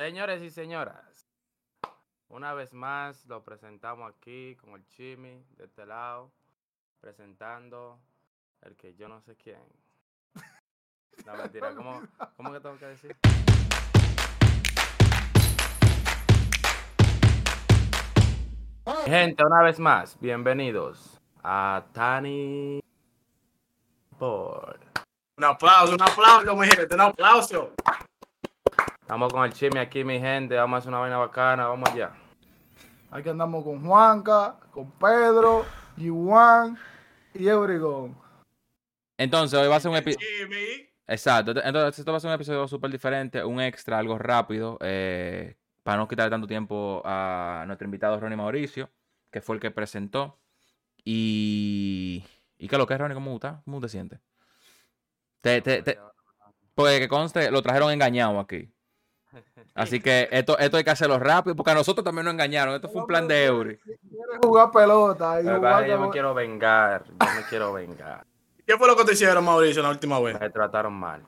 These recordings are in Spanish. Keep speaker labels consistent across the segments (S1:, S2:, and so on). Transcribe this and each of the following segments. S1: Señores y señoras, una vez más lo presentamos aquí con el Chimi de este lado, presentando el que yo no sé quién. No, mentira, ¿cómo, cómo que tengo que decir? Gente, una vez más, bienvenidos a Tani por.
S2: Un aplauso, un aplauso, mi gente, un aplauso.
S1: Estamos con el Chimi aquí, mi gente. Vamos a hacer una vaina bacana, vamos allá.
S3: Aquí andamos con Juanca, con Pedro, Yuan y Eurigón.
S4: Entonces, hoy va a ser un episodio.
S2: Jimmy.
S4: Exacto. Entonces, esto va a ser un episodio súper diferente, un extra, algo rápido, eh, para no quitarle tanto tiempo a nuestro invitado Ronnie Mauricio, que fue el que presentó. Y. ¿Y qué es lo que es, Ronnie? ¿Cómo está? ¿Cómo te sientes? Te, Eh, te, te- Pues que conste, lo trajeron engañado aquí. Así que esto, esto hay que hacerlo rápido, porque a nosotros también nos engañaron. Esto fue un plan de Eury.
S3: Quiere jugar pelota y
S1: Lo que
S3: jugar
S1: pasa es que yo me
S3: con-
S1: quiero vengar, yo me quiero vengar.
S2: ¿Qué fue lo que te hicieron, Mauricio, la última vez?
S1: Me trataron mal.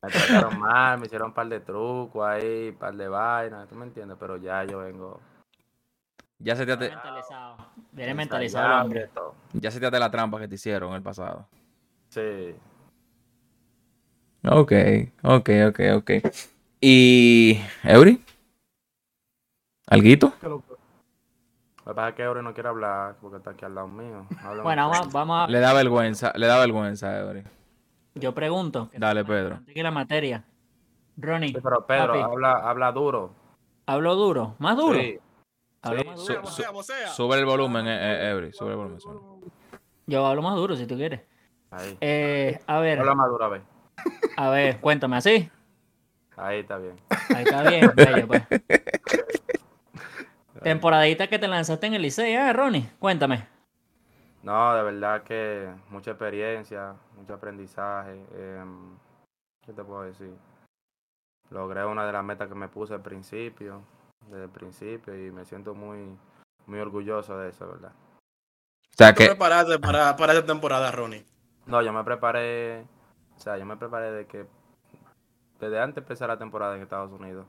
S1: me trataron mal, me hicieron un par de trucos ahí, un par de vainas, tú me entiendes, pero ya yo vengo.
S4: Ya se te,
S5: Viene
S4: ate-
S5: mentalizado. Viene mentalizado el
S1: ensayado
S5: hombre.
S1: y todo.
S4: ya se te ate la trampa que te hicieron en el pasado.
S1: Sí.
S4: Ok, ok, ok, ok. ¿Y Eury? ¿Alguito?
S3: que lo-
S1: Lo que pasa es que ahora no quiere hablar porque está aquí al lado mío. Háblame
S5: Bueno,
S1: tú.
S5: vamos a, vamos a-
S4: Le da vergüenza, le da vergüenza a Eury.
S5: Yo pregunto.
S4: Dale, Pedro.
S5: Antes que la materia. Ronnie,
S1: Sí, pero Pedro,
S5: Papi.
S1: habla, habla duro.
S5: ¿habló duro? ¿Más duro?
S1: Sí.
S5: Hablo
S1: Sí,
S5: más
S4: su-
S5: duro.
S2: Vocea, vocea, vocea.
S4: Sube el volumen, eh, eh, Eury, sube el volumen. sube.
S5: Yo hablo más duro si tú quieres.
S1: Ahí.
S5: Eh, a ver,
S1: Habla más duro, a ver.
S5: a ver, cuéntame, ¿así?
S1: Ahí está bien.
S5: Ahí está bien, bello, pues. Temporadita que te lanzaste en el Licey, ¿eh, Ronnie? Cuéntame.
S1: No, de verdad que mucha experiencia, mucho aprendizaje. em, ¿Qué te puedo decir? Logré una de las metas que me puse al principio, desde el principio, y me siento muy, muy orgulloso de eso, ¿verdad?
S4: O sea
S2: ¿Tú te
S4: que,
S2: preparaste para, para esta temporada, Ronnie?
S1: No, yo me preparé, o sea, yo me preparé de que, desde antes de empezar la temporada en Estados Unidos,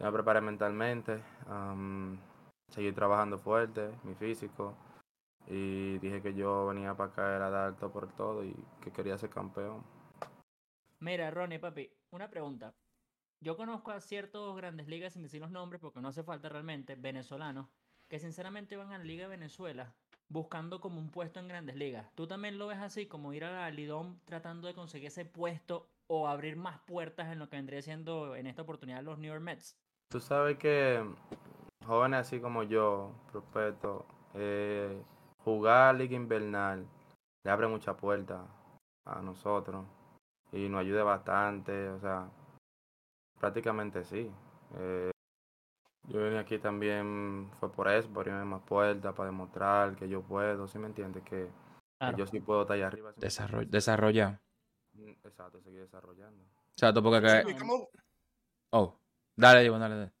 S1: yo me preparé mentalmente, am, seguí trabajando fuerte, mi físico, y dije que yo venía para acá era dar todo por todo y que quería ser campeón.
S5: Mira, Ronnie, papi, una pregunta. Yo conozco a ciertos grandes ligas, sin decir los nombres, porque no hace falta realmente, venezolanos, que sinceramente van a la Liga de Venezuela buscando como un puesto en grandes ligas. ¿Tú también lo ves así, como ir a la Lidón tratando de conseguir ese puesto o abrir más puertas en lo que vendría siendo en esta oportunidad los New York Mets?
S1: Tú sabes que jóvenes así como yo, prospecto, eh, jugar Liga Invernal le abre mucha puerta a nosotros y nos ayuda bastante, o sea, prácticamente sí. Eh, yo vine aquí también, fue por eso, por abrirme más puertas, para demostrar que yo puedo, ¿sí me entiendes? Que, que
S5: Claro.
S1: yo sí puedo estar allá arriba. ¿sí me
S4: desarroll-
S1: entiendes?
S4: desarrolla.
S1: Exacto, seguir desarrollando.
S4: Exacto, porque... que-
S2: Sí, ¿Cómo,
S4: Oh, dale, Iván, dale, dale.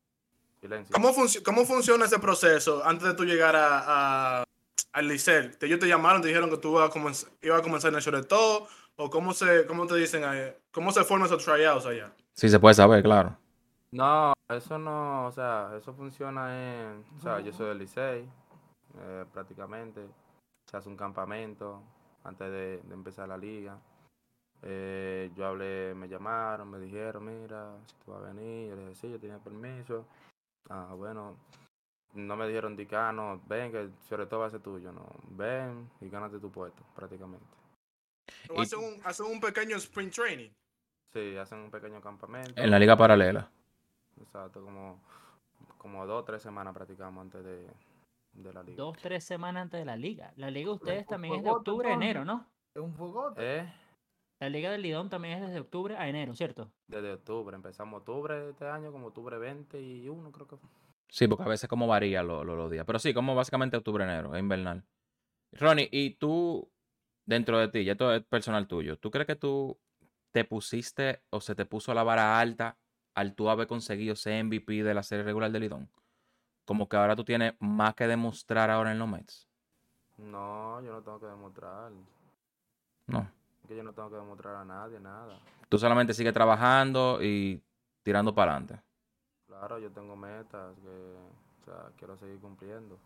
S1: Silencio.
S2: cómo, func- cómo funciona ese proceso antes de tú llegar a, a- al Licey? ¿Te- ¿Ellos te llamaron, te dijeron que tú ibas a comenzar, ibas a comenzar en el Choretó? ¿O cómo, se, cómo te dicen ahí? ¿Cómo se forman esos tryouts allá?
S4: Sí, se puede saber, claro.
S1: No, eso no, o sea, eso funciona en, o sea, yo soy del Licey, eh, prácticamente, se hace un campamento antes de, de empezar la liga. Eh, yo hablé, me llamaron, me dijeron, mira, si tú vas a venir, yo le dije, sí, yo tenía permiso. Ah, bueno, no me dijeron, di que, "Ah, no, ven, que sobre todo va a ser tuyo, no, ven y gánate tu puesto, prácticamente.
S2: ¿O
S4: Y-
S2: Hacen un, hacen un pequeño sprint training.
S1: Sí, hacen un pequeño campamento.
S4: En la liga paralela.
S1: Exacto, como, como dos o tres semanas practicamos antes de, de la liga.
S5: Dos, tres semanas antes de la liga. La liga de ustedes
S3: un
S5: también es de
S3: juegote,
S5: octubre a enero, ¿no?
S3: Es un fogote.
S1: Eh,
S5: La liga del Lidón también es desde octubre a enero, ¿cierto?
S1: Desde octubre, empezamos octubre de este año, como octubre 21 creo que fue.
S4: Sí, porque a veces como varía lo- lo- los días. Pero sí, como básicamente octubre-enero, es invernal. Ronnie, y tú, dentro de ti, ya esto es personal tuyo, ¿tú crees que tú te pusiste o se te puso la vara alta al tú haber conseguido ser MVP de la serie regular de Lidón? Como que ahora tú tienes más que demostrar ahora en los Mets.
S1: No, yo no tengo que demostrar.
S4: No.
S1: Que yo no tengo que demostrar a nadie nada.
S4: Tú solamente sigues trabajando y tirando para adelante.
S1: Claro, yo tengo metas que o sea, quiero seguir cumpliendo.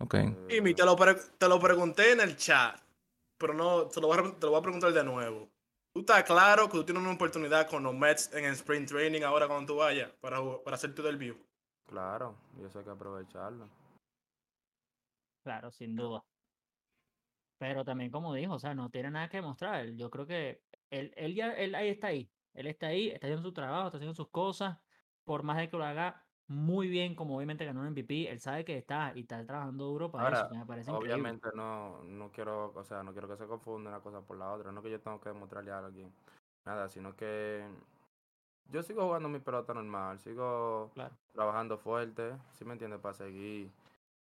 S4: Ok.
S1: Eh,
S2: Jimmy, te lo, pre- te lo pregunté en el chat, pero no, te lo, voy a, re- te lo voy a preguntar de nuevo. ¿Tú estás claro que tú tienes una oportunidad con los Mets en el Spring Training ahora cuando tú vayas para, jug- para hacer tu debut?
S1: Claro, yo sé que aprovecharlo.
S5: Claro, sin duda. Pero también, como dijo, o sea, no tiene nada que mostrar. Yo creo que él, él ya, él ahí está ahí. Él está ahí, está haciendo su trabajo, está haciendo sus cosas. Por más de que lo haga muy bien, como obviamente ganó un MVP, él sabe que está y está trabajando duro para
S1: Ahora,
S5: eso. que me parece increíble.
S1: Obviamente no, no quiero, o sea, no quiero que se confunda una cosa por la otra, no que yo tengo que demostrarle a alguien, nada, sino que yo sigo jugando mi pelota normal, sigo
S5: Claro.
S1: trabajando fuerte, ¿sí me entiendes? Para seguir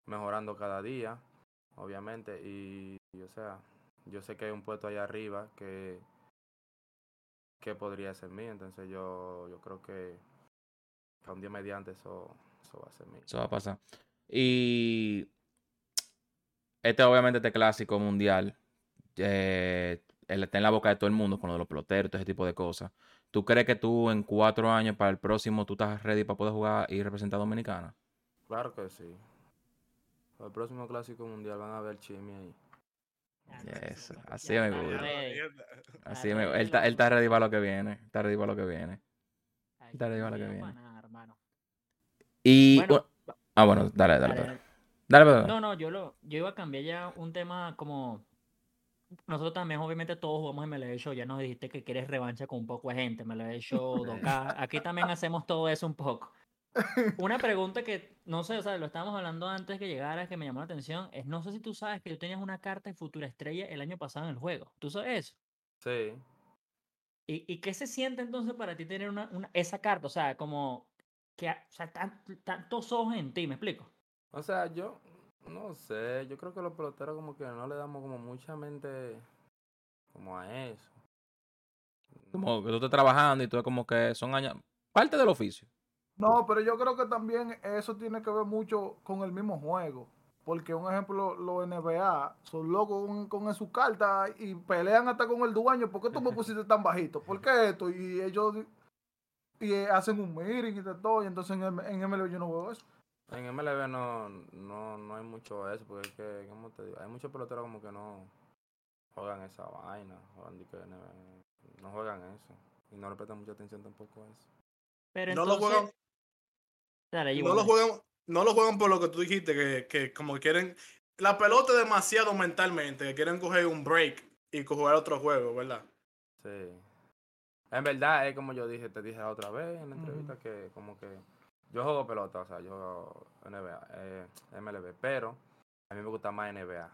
S1: mejorando cada día, obviamente, y, y, o sea, yo sé que hay un puesto allá arriba que, que podría ser mío, entonces yo, yo creo que a un día mediante eso, eso va a ser mío.
S4: Eso va a pasar. Y este obviamente este clásico mundial eh, él está en la boca de todo el mundo con lo de los peloteros, todo ese tipo de cosas. ¿Tú crees que tú en cuatro años para el próximo tú estás ready para poder jugar y representar a Dominicana?
S1: Claro que sí. Para el próximo clásico mundial van a ver Chimi ahí.
S5: Ya, no,
S4: Yes,
S5: no,
S4: así
S5: ya
S4: me
S5: está
S4: gusta.
S5: ready.
S4: Así
S5: Está
S4: me-
S5: ready
S4: él, está,
S5: para
S4: él está
S5: lo que
S4: ready para lo que viene. Está ready para lo que viene.
S5: Ay,
S4: está ready para lo
S5: no
S4: que
S5: llega pa'
S4: viene.
S5: nada, hermano.
S4: Y.
S5: Bueno,
S4: u- ah, bueno, dale, dale,
S5: dale,
S4: Pedro.
S5: dale.
S4: Dale, Pedro.
S5: No, no, yo lo, yo iba a cambiar ya un tema como nosotros también, obviamente, todos jugamos en MLB Show. Ya nos dijiste que quieres revancha con un poco de gente, MLB Show, 2K. Aquí también hacemos todo eso un poco. Una pregunta que, no sé, o sea, lo estábamos hablando antes que llegara, que me llamó la atención, es no sé si tú sabes que tú tenías una carta de futura estrella el año pasado en el juego. ¿Tú sabes eso?
S1: Sí.
S5: ¿Y, y qué se siente entonces para ti tener una, una- esa carta? O sea, como que, ha- o sea, tan- tantos ojos en ti, ¿me explico?
S1: O sea, yo no sé. Yo creo que los peloteros como que no le damos como mucha mente como a eso.
S4: Como que tú estás trabajando y tú como que son años. Parte del oficio.
S3: No, pero yo creo que también eso tiene que ver mucho con el mismo juego. Porque, un ejemplo, los NBA son locos con, con sus cartas y pelean hasta con el dueño. ¿Por qué tú me pusiste tan bajito? ¿Por qué esto? Y ellos y eh, hacen un meeting y de todo. Y entonces en, el- en MLB yo no veo eso.
S1: En MLB no, no, no hay mucho eso, porque es que, ¿cómo te digo? Hay muchos peloteros como que no juegan esa vaina, juegan de que no- no juegan eso. Y no le prestan mucha atención tampoco a eso.
S5: Pero
S2: No lo
S5: entonces-
S2: juegan-
S5: Dale, Ivo,
S2: No lo
S5: dale.
S2: juegan, no lo juegan por lo que tú dijiste, que, que como quieren. La pelota es demasiado mentalmente, que quieren coger un break y co- jugar otro juego, ¿verdad?
S1: Sí. En verdad, es como yo dije, te dije la otra vez en la entrevista que como que yo juego pelota, o sea, yo juego NBA, eh, MLB, pero a mí me gusta más NBA.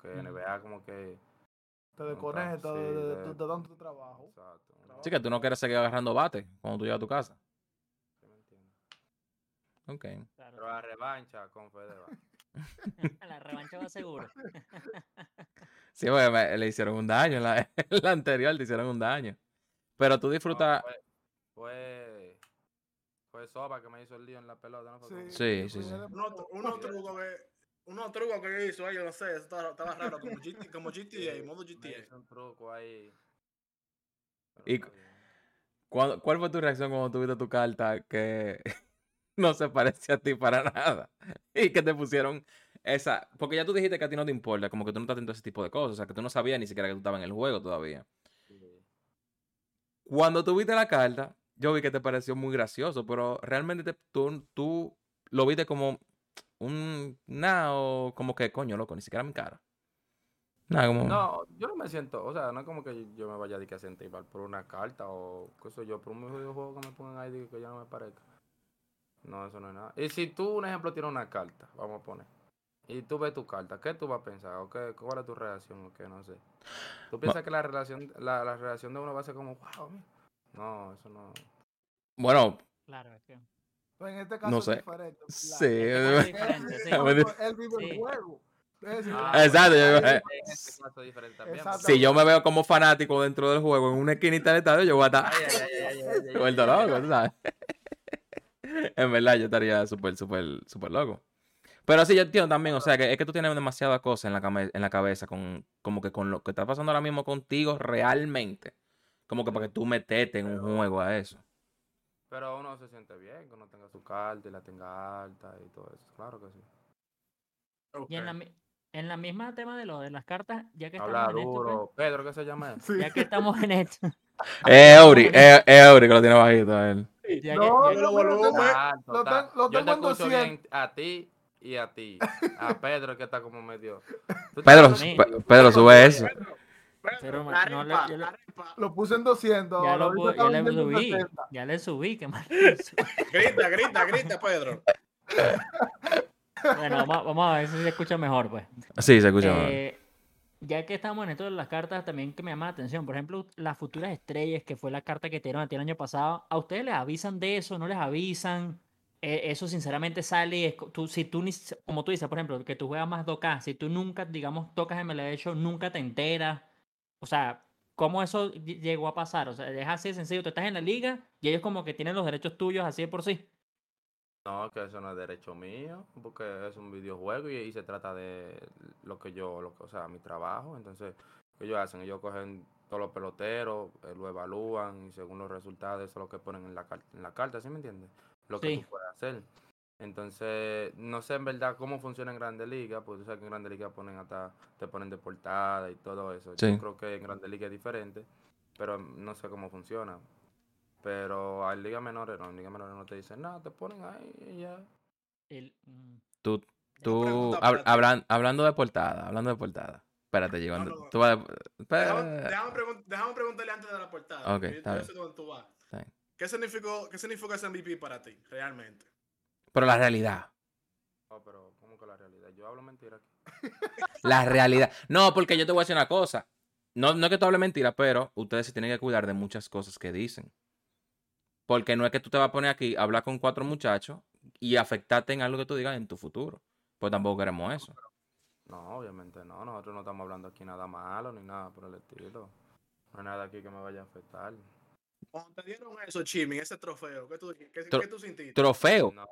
S1: Que
S5: Ujú.
S1: NBA como que...
S3: Te
S1: Nunca,
S3: desconectas
S1: sí,
S3: de, de-
S1: de-
S3: de- de tanto trabajo.
S1: Exacto. ¿no?
S4: Así Oh, que tú no quieres seguir agarrando bate cuando tú llegas a tu casa.
S1: Sí, me entiendes.
S4: Ok.
S5: Claro,
S1: Pero la revancha con Fedeva.
S5: La revancha va seguro.
S4: Sí, porque me- le hicieron un daño. En la, en la anterior le hicieron un daño. Pero tú disfrutas.
S1: fue, fue, fue Soba que me hizo el lío en la pelota, ¿no? Fue como-
S4: Sí, sí, sí.
S2: Uno, uno truco que. Unos trucos que hizo, ay, yo no sé, eso estaba, estaba raro, como GT como GTA, modo
S1: Me
S2: GTA.
S1: hizo un truco ahí. pero
S4: Y
S1: está
S4: cu-
S1: bien.
S4: ¿Cuál, cuál fue tu reacción cuando tuviste tu carta que no se parece a ti para nada? Y que te pusieron esa. Porque ya tú dijiste que a ti no te importa, como que tú no estás atento a ese tipo de cosas. O sea, que tú no sabías ni siquiera que tú estabas en el juego todavía.
S1: Sí.
S4: Cuando tuviste la carta, yo vi que te pareció muy gracioso, pero realmente te- tú, tú lo viste como un. Nada, o como que coño, loco, ni siquiera mi cara. Nada, como.
S1: No, yo no me siento, o sea, no es como que yo- yo me vaya de que a sentir mal por una carta o qué sé yo, por un videojuego que me pongan ahí de que yo no me parezca. No, eso no es nada. Y si tú, un ejemplo, tienes una carta, vamos a poner, y tú ves tu carta, ¿qué tú vas a pensar? ¿O qué, cuál es tu reacción? ¿O qué? No sé. ¿Tú piensas que la relación, la, la relación de uno va a ser como, wow, mira"? No, eso no.
S4: Bueno,
S5: Claro, es que.
S3: Pero en este caso
S4: No
S3: es
S4: sé.
S3: diferente. claro.
S4: sí.
S5: es que
S3: Él,
S5: diferente, sí.
S3: él-
S4: Bueno,
S3: él vive el
S5: sí.
S3: juego. Es decir,
S1: Ah,
S4: Exacto, yo-
S1: bueno,
S4: eh,
S1: en este caso es diferente también,
S3: Exacto.
S1: porque-
S4: Si yo me veo como fanático dentro del juego en una esquinita del estadio, yo voy a estar.
S1: Ay, ay, ay, ay, ay, ay, ay,
S4: Vuelto
S1: ay, ay.
S4: loco, tú sabes. en verdad, yo estaría súper, súper, súper loco. Pero sí, yo entiendo también, o sea, que es que tú tienes demasiadas cosas en la, came- en la cabeza, con, como que con lo que está pasando ahora mismo contigo realmente, como que para que tú metete en un juego a eso.
S1: Pero uno se siente bien, que uno tenga su carta y la tenga alta y todo eso. Claro que sí.
S5: Y en la, mi- en la misma tema de lo de las cartas, ya que
S1: Habla
S5: estamos en esto,
S1: duro. Pedro, ¿qué se llama él?
S5: pues, ya que estamos en esto,
S4: Eh, Eury, eh, eh, Eury, que lo tiene bajito a él.
S5: ya que-
S3: No,
S5: ya-
S3: no, pero
S2: Lo
S3: tú me-
S1: Está alto,
S3: lo
S1: está-
S3: ten- lo
S1: Yo te
S3: tengo en
S1: escucho
S3: 200.
S1: bien a ti y a ti. A Pedro, que está como medio. Tú
S4: Pedro,
S1: estás-
S5: Sí.
S4: Pe- Pedro, sube eso.
S5: Pero no-
S2: la
S5: no le-
S2: ripa,
S5: yo le-
S2: la ripa.
S3: Lo puse en 200.
S5: ya lo
S3: ahorita
S5: pu-
S3: estaba
S5: ya le
S3: en
S5: subí,
S3: 170.
S5: ya le subí, qué mal.
S2: Grita, grita, grita, Pedro.
S5: Bueno, vamos, vamos a ver si se escucha mejor, pues.
S4: Sí, se escucha. mal.
S5: Eh, ya que estamos en esto de las cartas, también que me llama la atención, por ejemplo, las futuras estrellas, que fue la carta que te dieron a ti el año pasado, ¿a ustedes les avisan de eso? ¿No les avisan? Eh, eso sinceramente sale, y es co- tú, si tú, ni s- como tú dices, por ejemplo, que tú juegas más 2K, si tú nunca, digamos, tocas MLB Show, nunca te enteras. O sea, ¿cómo eso ll- llegó a pasar? O sea, es así de sencillo, tú estás en la liga y ellos como que tienen los derechos tuyos así de por sí.
S1: No, que eso no es derecho mío, porque es un videojuego y, y se trata de lo que yo, lo que, o sea, mi trabajo. Entonces, ¿qué ellos hacen? Ellos cogen todos los peloteros, eh, lo evalúan y según los resultados, eso es lo que ponen en la, car- en la carta, ¿sí me entiendes? Lo que
S5: Sí.
S1: tú puedes hacer. Entonces, no sé en verdad cómo funciona en Grande Liga, porque tú sabes que en Grande Liga ponen hasta, te ponen de portada y todo eso.
S4: Sí.
S1: Yo creo que en Grande Liga es diferente, pero no sé cómo funciona. Pero en Liga Menores no, en Liga Menores no te dicen nada, te ponen ahí y ya.
S5: El- mm,
S4: Tú, tú,
S2: pregunta
S4: hab-
S2: para ti.
S4: hablan- hablando de portada, hablando de portada. Espérate, llegando.
S2: no, no.
S4: Tú vas pues, de-
S2: Déjame,
S4: Espera.
S2: déjame pregun- déjame preguntarle antes de la portada.
S4: Ok,
S2: porque yo-
S4: está
S2: yo
S4: bien.
S2: sé dónde tú vas.
S4: Está bien.
S2: ¿Qué significó, ¿Qué significó ese MVP para ti, realmente?
S4: Pero la realidad.
S1: No, pero ¿cómo que la realidad? Yo hablo mentira aquí.
S4: La realidad. No, porque yo te voy a decir una cosa. No, no es que tú hables mentira, pero ustedes se tienen que cuidar de muchas cosas que dicen. Porque no es que tú te vas a poner aquí a hablar con cuatro muchachos y afectarte en algo que tú digas en tu futuro. Pues tampoco queremos eso.
S1: No, obviamente no. Nosotros no estamos hablando aquí nada malo ni nada por el estilo. No hay nada aquí que me vaya a afectar.
S2: Cuando te dieron eso, Chimin, ese trofeo, ¿qué tú, qué,
S4: Tro-
S2: qué tú sentiste?
S4: Trofeo.
S1: No,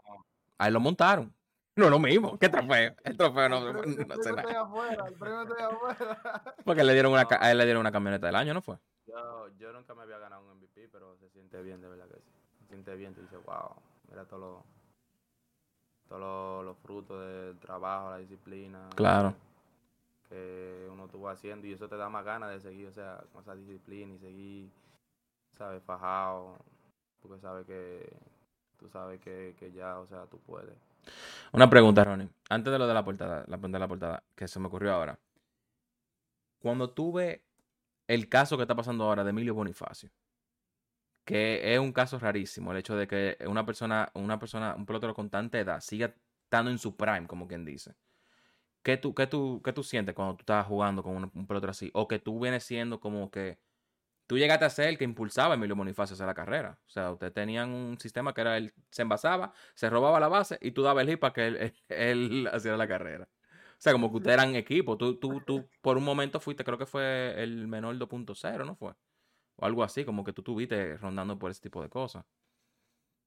S4: Ahí lo montaron. No es lo mismo. ¿Qué trofeo? El trofeo no,
S3: El premio- el
S4: no hace
S3: premio está
S4: nada.
S3: allá afuera, el premio está allá afuera.
S4: Porque le dieron una, ca-
S1: No.
S4: a él le dieron una camioneta del año, ¿no fue?
S1: yo, yo nunca me había ganado un MVP, pero se siente bien, de verdad que sí. Se siente bien, te dice, wow, mira todos los todos los- los frutos del trabajo, la disciplina.
S4: Claro.
S1: Que uno estuvo haciendo y eso te da más ganas de seguir, o sea, con esa disciplina y seguir, sabes, fajado. Porque sabes que, tú sabes que, que ya, o sea, tú puedes.
S4: Una pregunta, Ronnie. Antes de lo de la portada, la pregunta de la portada, que se me ocurrió ahora. Cuando tuve el caso que está pasando ahora de Emilio Bonifacio, que es un caso rarísimo, el hecho de que una persona, una persona, un pelotero con tanta edad siga estando en su prime, como quien dice. ¿Qué tú, qué tú, qué tú sientes cuando tú estás jugando con un, un pelotero así? O que tú vienes siendo como que tú llegaste a ser el que impulsaba a Emilio Bonifacio hacia la carrera. O sea, ustedes tenían un sistema que era el se envasaba, se robaba la base y tú dabas el hit para que él, él, él hiciera la carrera. O sea, como que ustedes eran equipo. Tú, tú, tú por un momento fuiste, creo que fue el menor 2.0, ¿no fue? O algo así, como que tú tuviste rondando por ese tipo de cosas.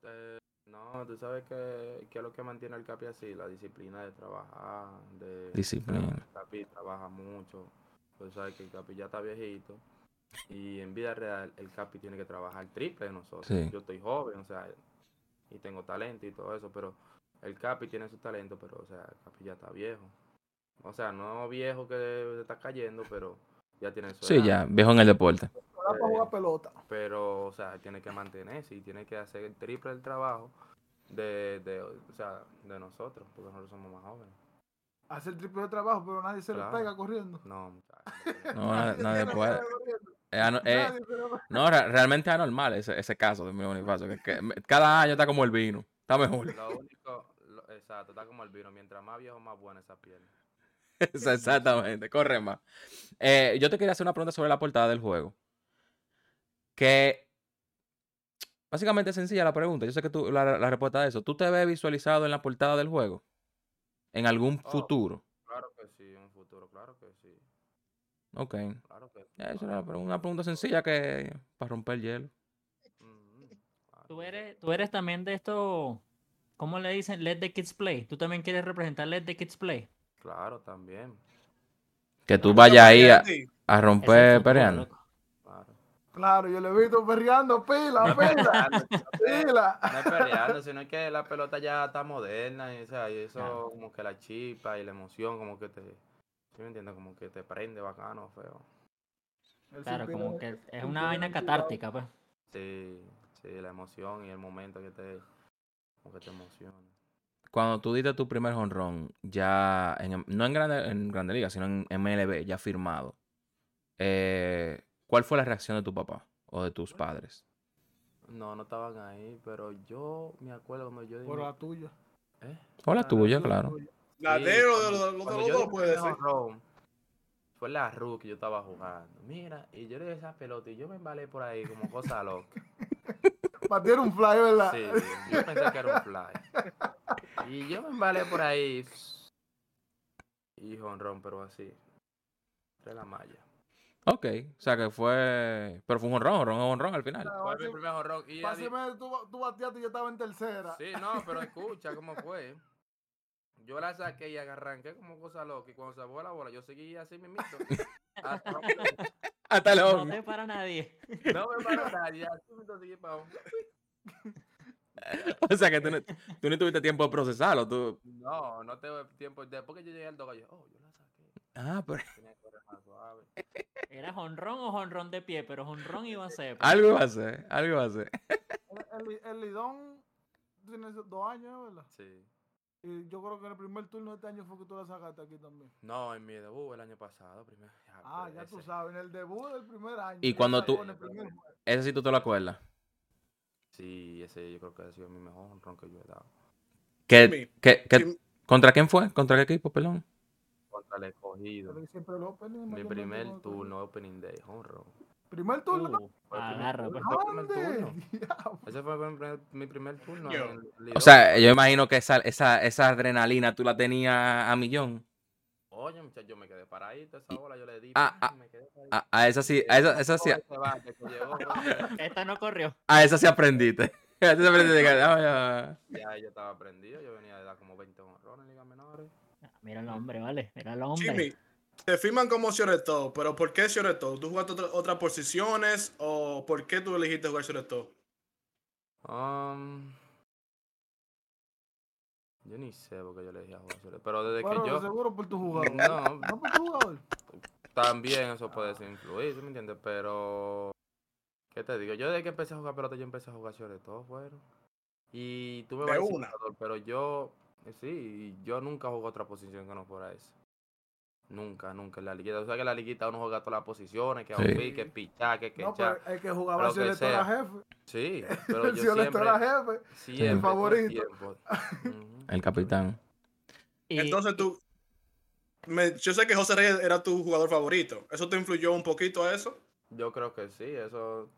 S1: Eh, no, tú sabes que, que es lo que mantiene el CAPI así, la disciplina de trabajar, de...
S4: Disciplina.
S1: El CAPI trabaja mucho, pues sabes que el CAPI ya está viejito y en vida real el CAPI tiene que trabajar triple de nosotros.
S4: Sí.
S1: Yo estoy joven, o sea, y tengo talento y todo eso, pero el CAPI tiene su talento, pero o sea, el CAPI ya está viejo. O sea, no viejo que se está cayendo, pero ya tiene su
S4: Sí,
S1: edad.
S4: ya, viejo en el deporte.
S3: Ahora para jugar pelota.
S1: Pero, o sea, tiene que mantenerse y tiene que hacer el triple del trabajo de, de, o sea, de nosotros, porque nosotros somos más jóvenes.
S3: Hace el triple de trabajo, pero nadie se
S1: Claro.
S3: le pega corriendo.
S1: No, muchachos.
S4: No, na-
S3: se
S4: nadie
S3: le
S4: puede.
S3: pega corriendo,
S4: Es ano- eh,
S3: nadie se le pega.
S4: no, re- realmente es anormal ese, ese caso de Emilio Bonifacio. que- que me- cada año está como el vino. Está mejor.
S1: Lo único, lo- exacto, está como el vino. Mientras más viejo, más buena esa piel.
S4: Eso, Exactamente, corre más. Eh, yo te quería hacer una pregunta sobre la portada del juego. Que básicamente es sencilla la pregunta. Yo sé que tú la, la respuesta de eso. ¿Tú te ves visualizado en la portada del juego? En algún
S1: Oh.
S4: futuro.
S1: Claro que sí, en un futuro, claro que sí.
S4: Ok.
S1: Claro que sí.
S4: Esa era
S1: claro.
S4: la pre- una pregunta sencilla que para romper el hielo.
S1: Mm, claro
S5: Tú
S1: que sí.
S5: eres, tú eres también de esto, ¿cómo le dicen? Let the kids play. ¿Tú también quieres representar Let the kids play?
S1: Claro, también.
S4: Que tú
S2: Pero
S4: vayas ahí
S2: para
S4: a,
S2: ti,
S4: a
S5: Ese es el
S2: Pues,
S4: romper
S5: futuro,
S4: peleando.
S5: loco.
S1: Claro.
S3: Claro, yo le he visto perreando pila, pila, pila.
S1: No es peleando, sino es que la pelota ya está moderna y, o sea, y eso
S5: Claro.
S1: como que la chispa y la emoción como que te, ¿sí me entiendes? Como que te prende bacano, feo.
S3: Él
S5: Claro,
S3: suspira-
S5: como que es
S3: un
S5: una vaina
S3: piloto.
S5: catártica, pues.
S1: Sí, sí, la emoción y el momento que te, como que te emociona.
S4: Cuando tú diste tu primer jonrón, ya, en- no en Grande, en Grande Liga, sino en MLB, ya firmado, eh, ¿cuál fue la reacción de tu papá o de tus padres?
S1: No, no estaban ahí, pero yo me acuerdo cuando yo dije,
S3: Por la tuya.
S1: ¿eh?
S4: O la
S1: Ah,
S4: tuya,
S3: la
S4: claro.
S3: tuya.
S2: La
S1: Sí,
S2: de los de
S1: cuando-
S2: los- los
S1: cuando
S2: dos
S1: yo di mi
S2: puede
S1: primer
S2: ser.
S1: jonrón, Fue la RU que yo estaba jugando. Mira, y yo le di esa pelota y yo me embalé por ahí como cosa loca.
S3: Batieron un fly, ¿verdad?
S1: Sí, yo pensé que era un fly. Y yo me embalé por ahí. Y jonrón, pero así. De la malla.
S4: Ok, o sea que fue, pero fue un jonrón, jonrón, jonrón al final.
S3: Claro,
S1: Fue mi
S3: básicamente-
S1: primer jonrón. Y ya di-
S3: Básicamente tú, tú bateaste y yo estaba en tercera.
S1: Sí, no, pero escucha cómo fue. Yo la saqué y arranqué como cosa loca. Y cuando se bajó la bola, yo seguí así mismito. Hasta-
S4: Hasta
S5: No
S4: luego.
S5: te para nadie.
S1: No me paró nadie. Así mismo seguí para
S4: O sea que tú no, tú no tuviste tiempo de procesarlo. Tú...
S1: No, no tengo tiempo. Después que yo llegué al doga, yo, oh, yo la saqué.
S4: Ah, pero
S1: Tenía que correr más suave.
S5: Era jonrón o jonrón de pie, pero jonrón iba a ser. pues.
S4: algo va a ser, algo va a ser.
S3: El, el- el Lidón tiene dos años, ¿verdad?
S1: Sí.
S3: Y yo creo que en el primer turno de este año fue que tú la sacaste aquí también.
S1: No, en mi debut el año pasado, primero. Ya,
S3: Ah,
S1: pero
S3: ya tú
S1: pues, ese-
S3: sabes, en el debut del primer año.
S4: Y
S3: él
S4: cuando
S3: sacó
S4: tú-
S3: en el primer juego.
S4: Ese sí tú te lo acuerdas.
S1: Sí, ese yo creo que ha sido mi mejor honrón que yo he dado.
S4: ¿Qué,
S2: Jimmy,
S4: qué, qué-
S2: Jim-
S4: contra quién fue? ¿Contra qué equipo, perdón?
S1: Contra el escogido.
S3: Pero siempre el opening,
S1: Mi
S3: mayormente
S1: primer
S3: cuando-
S1: turno, opening day, honrón.
S3: ¿Primer turno?
S1: Uh, fue el primer
S5: agarra,
S1: turno,
S5: pues.
S1: fue el primer turno.
S3: ¿Dónde? Diablo.
S1: Ese fue mi primer, mi primer turno.
S2: Yo.
S1: en el
S4: O
S1: Lidón.
S4: sea, yo imagino que esa, esa, esa adrenalina tú la tenías a millón.
S1: Oye, muchacho, yo me quedé paradito. Esa bola yo le di.
S4: Ah,
S1: ¡pam! me quedé paradito.
S4: A, a esa sí, a esa, esa sí,
S1: Todo ese bate que llegó, bueno,
S5: Esta no corrió.
S4: a esa sí aprendiste. A esa sí aprendiste que, ah, ya.
S1: Ya yo estaba prendido. Yo venía de dar como 20 honrones en Liga Menores.
S5: Mira el hombre, vale. Mira el hombre.
S2: Jimmy, te firman como shortstop, pero ¿por qué shortstop? ¿Tú jugaste otra- otras posiciones o por qué tú elegiste jugar shortstop?
S1: Um, yo ni sé por qué yo le dije a Juan Soler, Pero desde
S3: Bueno,
S1: que yo. Mm.
S3: seguro por tu jugador.
S1: No,
S3: No por tu jugador.
S1: también eso puede ser influir, ¿sí me entiendes? Pero. ¿Qué te digo? Yo desde que empecé a jugar pelota, yo empecé a jugar sobre todo, fueron. Y tú me
S2: De
S1: vas a decir,
S2: una.
S1: Salvador, pero yo. eh, Sí, yo nunca jugué otra posición que no fuera esa. Nunca, nunca en la liguita. O sea que en la liguita uno juega todas las posiciones, que
S4: Sí.
S1: outfield, que pichar, que que
S3: No,
S1: echar.
S3: pero el que jugaba
S1: lo
S3: si
S1: que
S3: el era
S1: sea.
S3: jefe.
S1: Sí, pero
S3: El
S1: yo
S3: Cioleto
S1: siempre,
S3: era jefe.
S1: siempre,
S4: El
S1: todo
S3: favorito.
S1: tiempo. Ujú.
S4: El capitán.
S5: Y-
S2: Entonces tú. me- yo sé que José Reyes era tu jugador favorito. ¿Eso te influyó un poquito a eso?
S1: Yo creo que sí, eso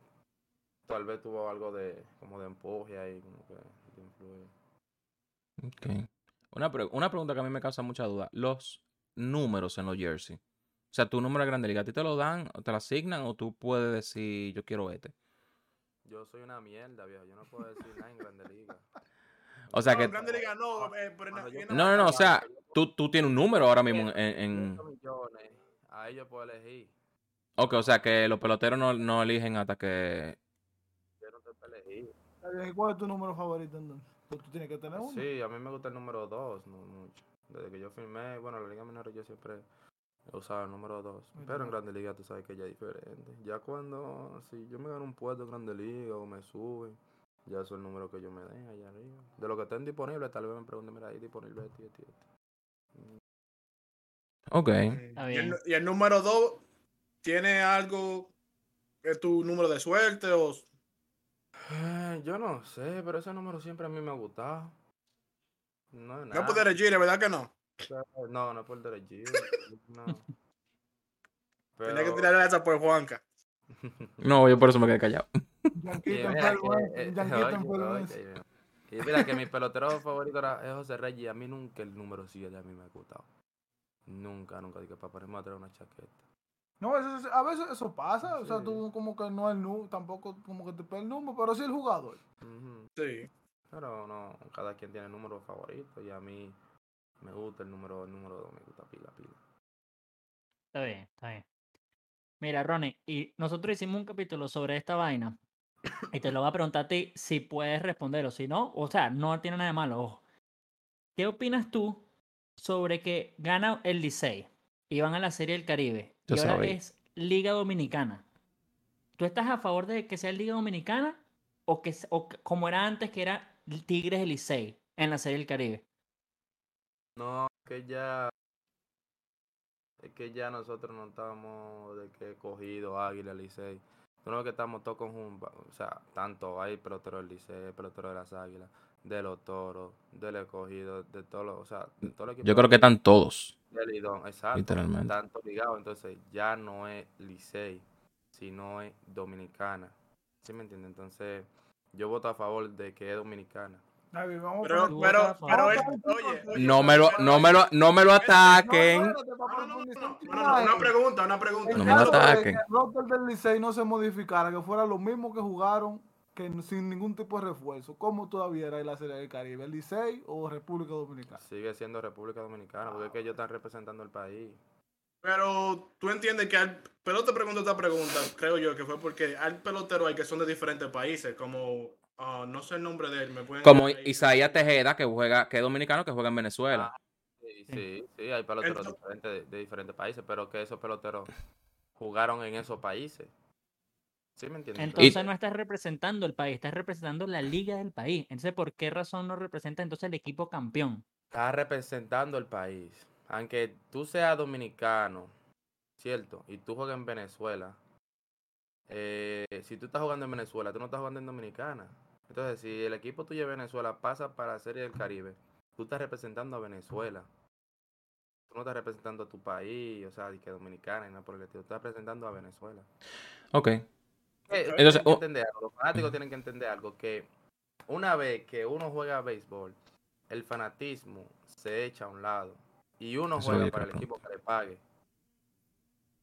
S1: tal vez tuvo algo de como de empuje ahí, como que de influir.
S4: Ok. Una, pre- una pregunta que a mí me causa mucha duda. Los números en los jerseys. O sea, tu número de Grande Liga, ¿a ti te lo dan, o te lo asignan o tú puedes decir, yo quiero este?
S1: Yo soy una mierda, viejo, yo no puedo decir nada en Grande Liga.
S4: O sea
S2: No,
S4: que-
S2: en Grande Liga no. eh, pero
S1: Cuando yo
S2: en- en-
S4: No, no, no, o sea,
S1: yo
S4: Tú, tú tienes un número ahora mismo en...
S1: tengo
S4: en-
S1: 500 millones, ahí yo puedo elegir.
S4: Ok, o sea que los peloteros no, no eligen hasta que...
S1: Yo no tengo que elegir.
S3: Está bien, ¿y ¿Cuál es tu número favorito entonces? Pues tú tienes que
S2: Ah,
S3: tener uno.
S1: Sí, a mí me gusta el número 2, no mucho. Desde que yo firmé, bueno, en la Liga Menor yo siempre he usado el número 2.
S3: Muy
S1: Pero
S3: bien.
S1: en Grande Liga tú sabes que ya es diferente. Ya cuando, si yo me gano un puesto en Grande Liga o me suben, ya eso es el número que yo me den allá arriba. De lo que estén disponibles, tal vez me pregunten, mira, ahí disponible este, este, este.
S4: Ok.
S2: Y el,
S5: bien.
S2: nu- y el número 2 tiene algo que es tu número de suerte o
S1: Eh, Yo no sé, pero ese número siempre a mí me ha gustado. No, es
S2: no pues,
S1: nada.
S2: puede elegir, ¿verdad que no?
S1: No, no es por derecho. no.
S2: Tenía que
S1: Pero-
S2: tirar esa por Juanca.
S4: No, yo por eso me quedé callado.
S1: Y mira
S3: Yanquito enfermo.
S1: que, eh,
S3: eh, Yanquito
S1: oye,
S3: enfermo.
S1: oye,
S3: ese.
S1: oye. Y mira que mi pelotero favorito era es José Reyes y a mí nunca el número 7 a mí me ha gustado. Nunca, nunca. Dije, papá, me va a traer una chaqueta.
S3: No, eso- eso- a veces eso pasa. O sea,
S1: Sí.
S3: tú como que no el número, tampoco como que te pega el número, pero sí el jugador.
S1: Ujú.
S2: Sí.
S1: Pero no, cada quien tiene el número favorito y a mí me gusta el número el número 2, me gusta pila, pila.
S5: Está bien, está bien. Mira, Ronnie, y nosotros hicimos un capítulo sobre esta vaina. Y te lo voy a preguntar a ti si puedes responder o si no. O sea, no tiene nada de malo, ojo. ¿Qué opinas tú sobre que gana el Licey y van a la Serie del Caribe?
S4: Yo
S5: y ahora
S4: sabía.
S5: es Liga Dominicana. ¿Tú estás a favor de que sea Liga Dominicana o que s- o que- como era antes que era Tigres el Licey en la Serie del Caribe?
S1: No, que ya. Es que ya nosotros no estamos de que cogido Águila, Licey. Nosotros que estamos todos conjuntos. O sea, tanto hay pelotero del Licey, pelotero de las Águilas, de los toros, del escogido, de todos los. O sea, de todos los
S4: Yo creo que están todos.
S1: Del Lidón, exacto.
S4: Literalmente.
S1: Están todos ligados. Entonces, ya no es Licey, sino es Dominicana. ¿Sí me entiendes? Entonces, yo voto a favor de que es Dominicana.
S3: David, vamos a
S2: Pero,
S5: Tú
S2: pero,
S5: votas a
S2: pero
S3: favor.
S2: él, oye, oye,
S4: No me lo,
S2: pero-
S4: no me lo, no me lo ataquen.
S3: espérate, para
S2: No, no, no,
S3: profundizar
S2: no,
S3: un
S2: no, no,
S3: poco.
S2: una pregunta, una pregunta.
S4: No
S3: En
S4: me lo
S3: caso de
S4: ataquen.
S3: que el roster del Licey no se modificara, que fuera lo mismo que jugaron, que n- sin ningún tipo de refuerzo, ¿cómo todavía era la Serie del Caribe? ¿El Licey o República
S4: Ah.
S3: Dominicana?
S1: Sigue siendo República Dominicana, porque es que ellos están representando el país.
S2: Pero tú entiendes que al. Pero te pregunto esta pregunta, creo yo, que fue porque hay peloteros hay que son de diferentes países, como. ah, no sé el nombre de él, me pueden.
S4: Como
S2: ayudar ahí?
S4: Isaías Tejeda, que juega, que es dominicano, que juega en Venezuela.
S1: Sí, sí, sí, hay peloteros
S2: Entonces-
S1: diferentes de, de diferentes países, pero que esos peloteros jugaron en esos países. ¿Sí me entiendes?
S5: Entonces no estás representando el país, estás representando la liga del país. Entonces, ¿por qué razón no representa entonces el equipo campeón?
S1: Estás representando el país. Aunque tú seas dominicano, ¿cierto? Y tú juegas en Venezuela. eh, si tú estás jugando en Venezuela, tú no estás jugando en Dominicana. Entonces, si el equipo tuyo de Venezuela pasa para la Serie del Caribe, tú estás representando a Venezuela. Tú no estás representando a tu país, o sea, de que Dominicana y nada por el estilo. Estás representando a Venezuela.
S4: Ok.
S1: Eh,
S2: Ok.
S4: Entonces,
S1: tienen que
S4: o-
S1: entender algo, los fanáticos tienen que entender algo, que una vez que uno juega béisbol, el fanatismo se echa a un lado y uno
S4: Eso
S1: juega
S4: yo
S1: para el
S4: creo que
S1: equipo que le pague.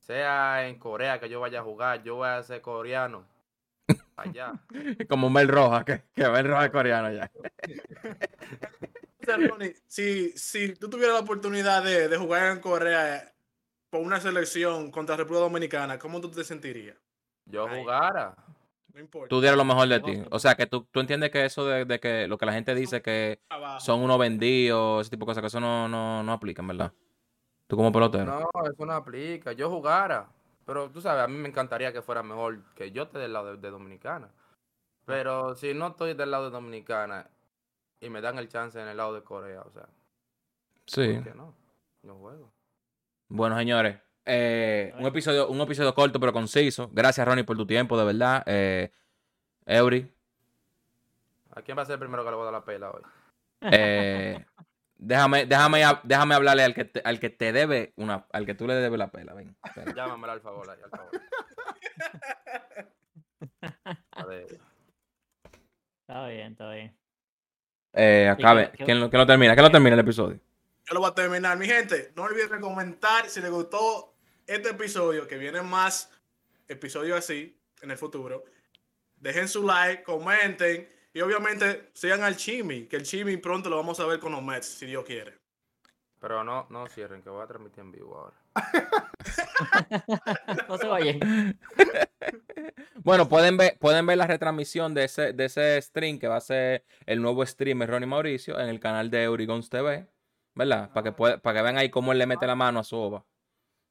S1: Sea en Corea que yo vaya a jugar, yo voy a ser coreano. Allá.
S4: Como Mel Rojas, que, que Mel Rojas es coreano ya.
S2: Entonces, Ronnie, si, si tú tuvieras la oportunidad de, de jugar en Corea por una selección contra República Dominicana, ¿cómo tú te sentirías?
S1: Yo
S2: Ay.
S1: jugara.
S2: No importa.
S4: Tú dieras lo mejor de ti. O sea, que tú, tú entiendes que eso de, de que lo que la gente dice que
S2: Abajo.
S4: son unos vendidos, ese tipo de cosas, que eso no, no, no aplica, en verdad. Tú como pelotero.
S1: No, eso no aplica. Yo jugara. Pero tú sabes, a mí me encantaría que fuera mejor que yo esté del lado de, de Dominicana. Pero si no estoy del lado de Dominicana y me dan el chance en el lado de Corea, o sea,
S4: Sí.
S1: ¿por qué no? Yo juego.
S4: Bueno, señores, eh, un,
S5: Ay.
S4: episodio, un episodio corto pero conciso. Gracias, Ronnie, por tu tiempo, de verdad. Eh, Eury,
S1: ¿A quién va a ser el primero que le voy a dar la pela hoy?
S4: eh, déjame, déjame, hab- déjame hablarle al que, te, al que te debe una, al que tú le debes la pela. Ven, espera.
S1: Llámamela al favor, ahí, al favor. A ver,
S5: Está bien, está bien.
S4: Eh, acabe.
S5: qué- qué-
S4: ¿Quién lo, quién lo termina? ¿Quién lo termina el episodio?
S2: Yo lo voy a terminar. Mi gente, no olviden comentar si les gustó este episodio, que vienen más episodios así en el futuro. Dejen su like, comenten y obviamente sigan al Chimi, que el Chimi pronto lo vamos a ver con los Mets, si Dios quiere.
S1: pero no, no cierren, que voy a transmitir en vivo ahora.
S5: No se vayan.
S4: Bueno, pueden ver, pueden ver la retransmisión de ese, de ese stream que va a ser el nuevo streamer Ronnie Mauricio en el canal de Eurigons TV, ¿verdad? Para que, pueda- para que vean ahí cómo él le mete la mano a su oba,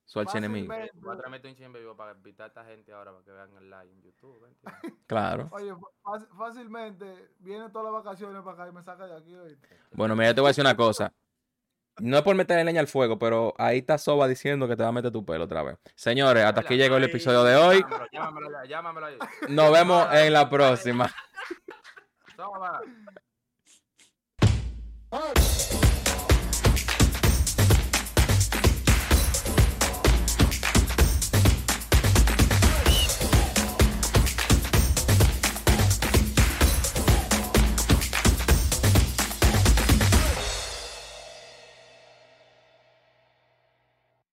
S4: su archienemigo.
S3: Fácilmente.
S1: Voy a transmitir un chin en vivo para invitar a esta gente ahora para que vean el live en YouTube. ¿entiendes?
S4: Claro.
S3: Oye, fa- fácilmente viene todas las vacaciones para acá y me saca de aquí. ¿oíste?
S4: Bueno, mira, yo te voy a decir una cosa. No es por meter leña al fuego, pero ahí está Soba diciendo que te va a meter tu pelo otra vez. Señores, hasta aquí llegó el episodio de hoy.
S1: Llámamelo, llámamelo, ya, llámamelo. ahí.
S4: Nos vemos en la próxima.
S1: Toma.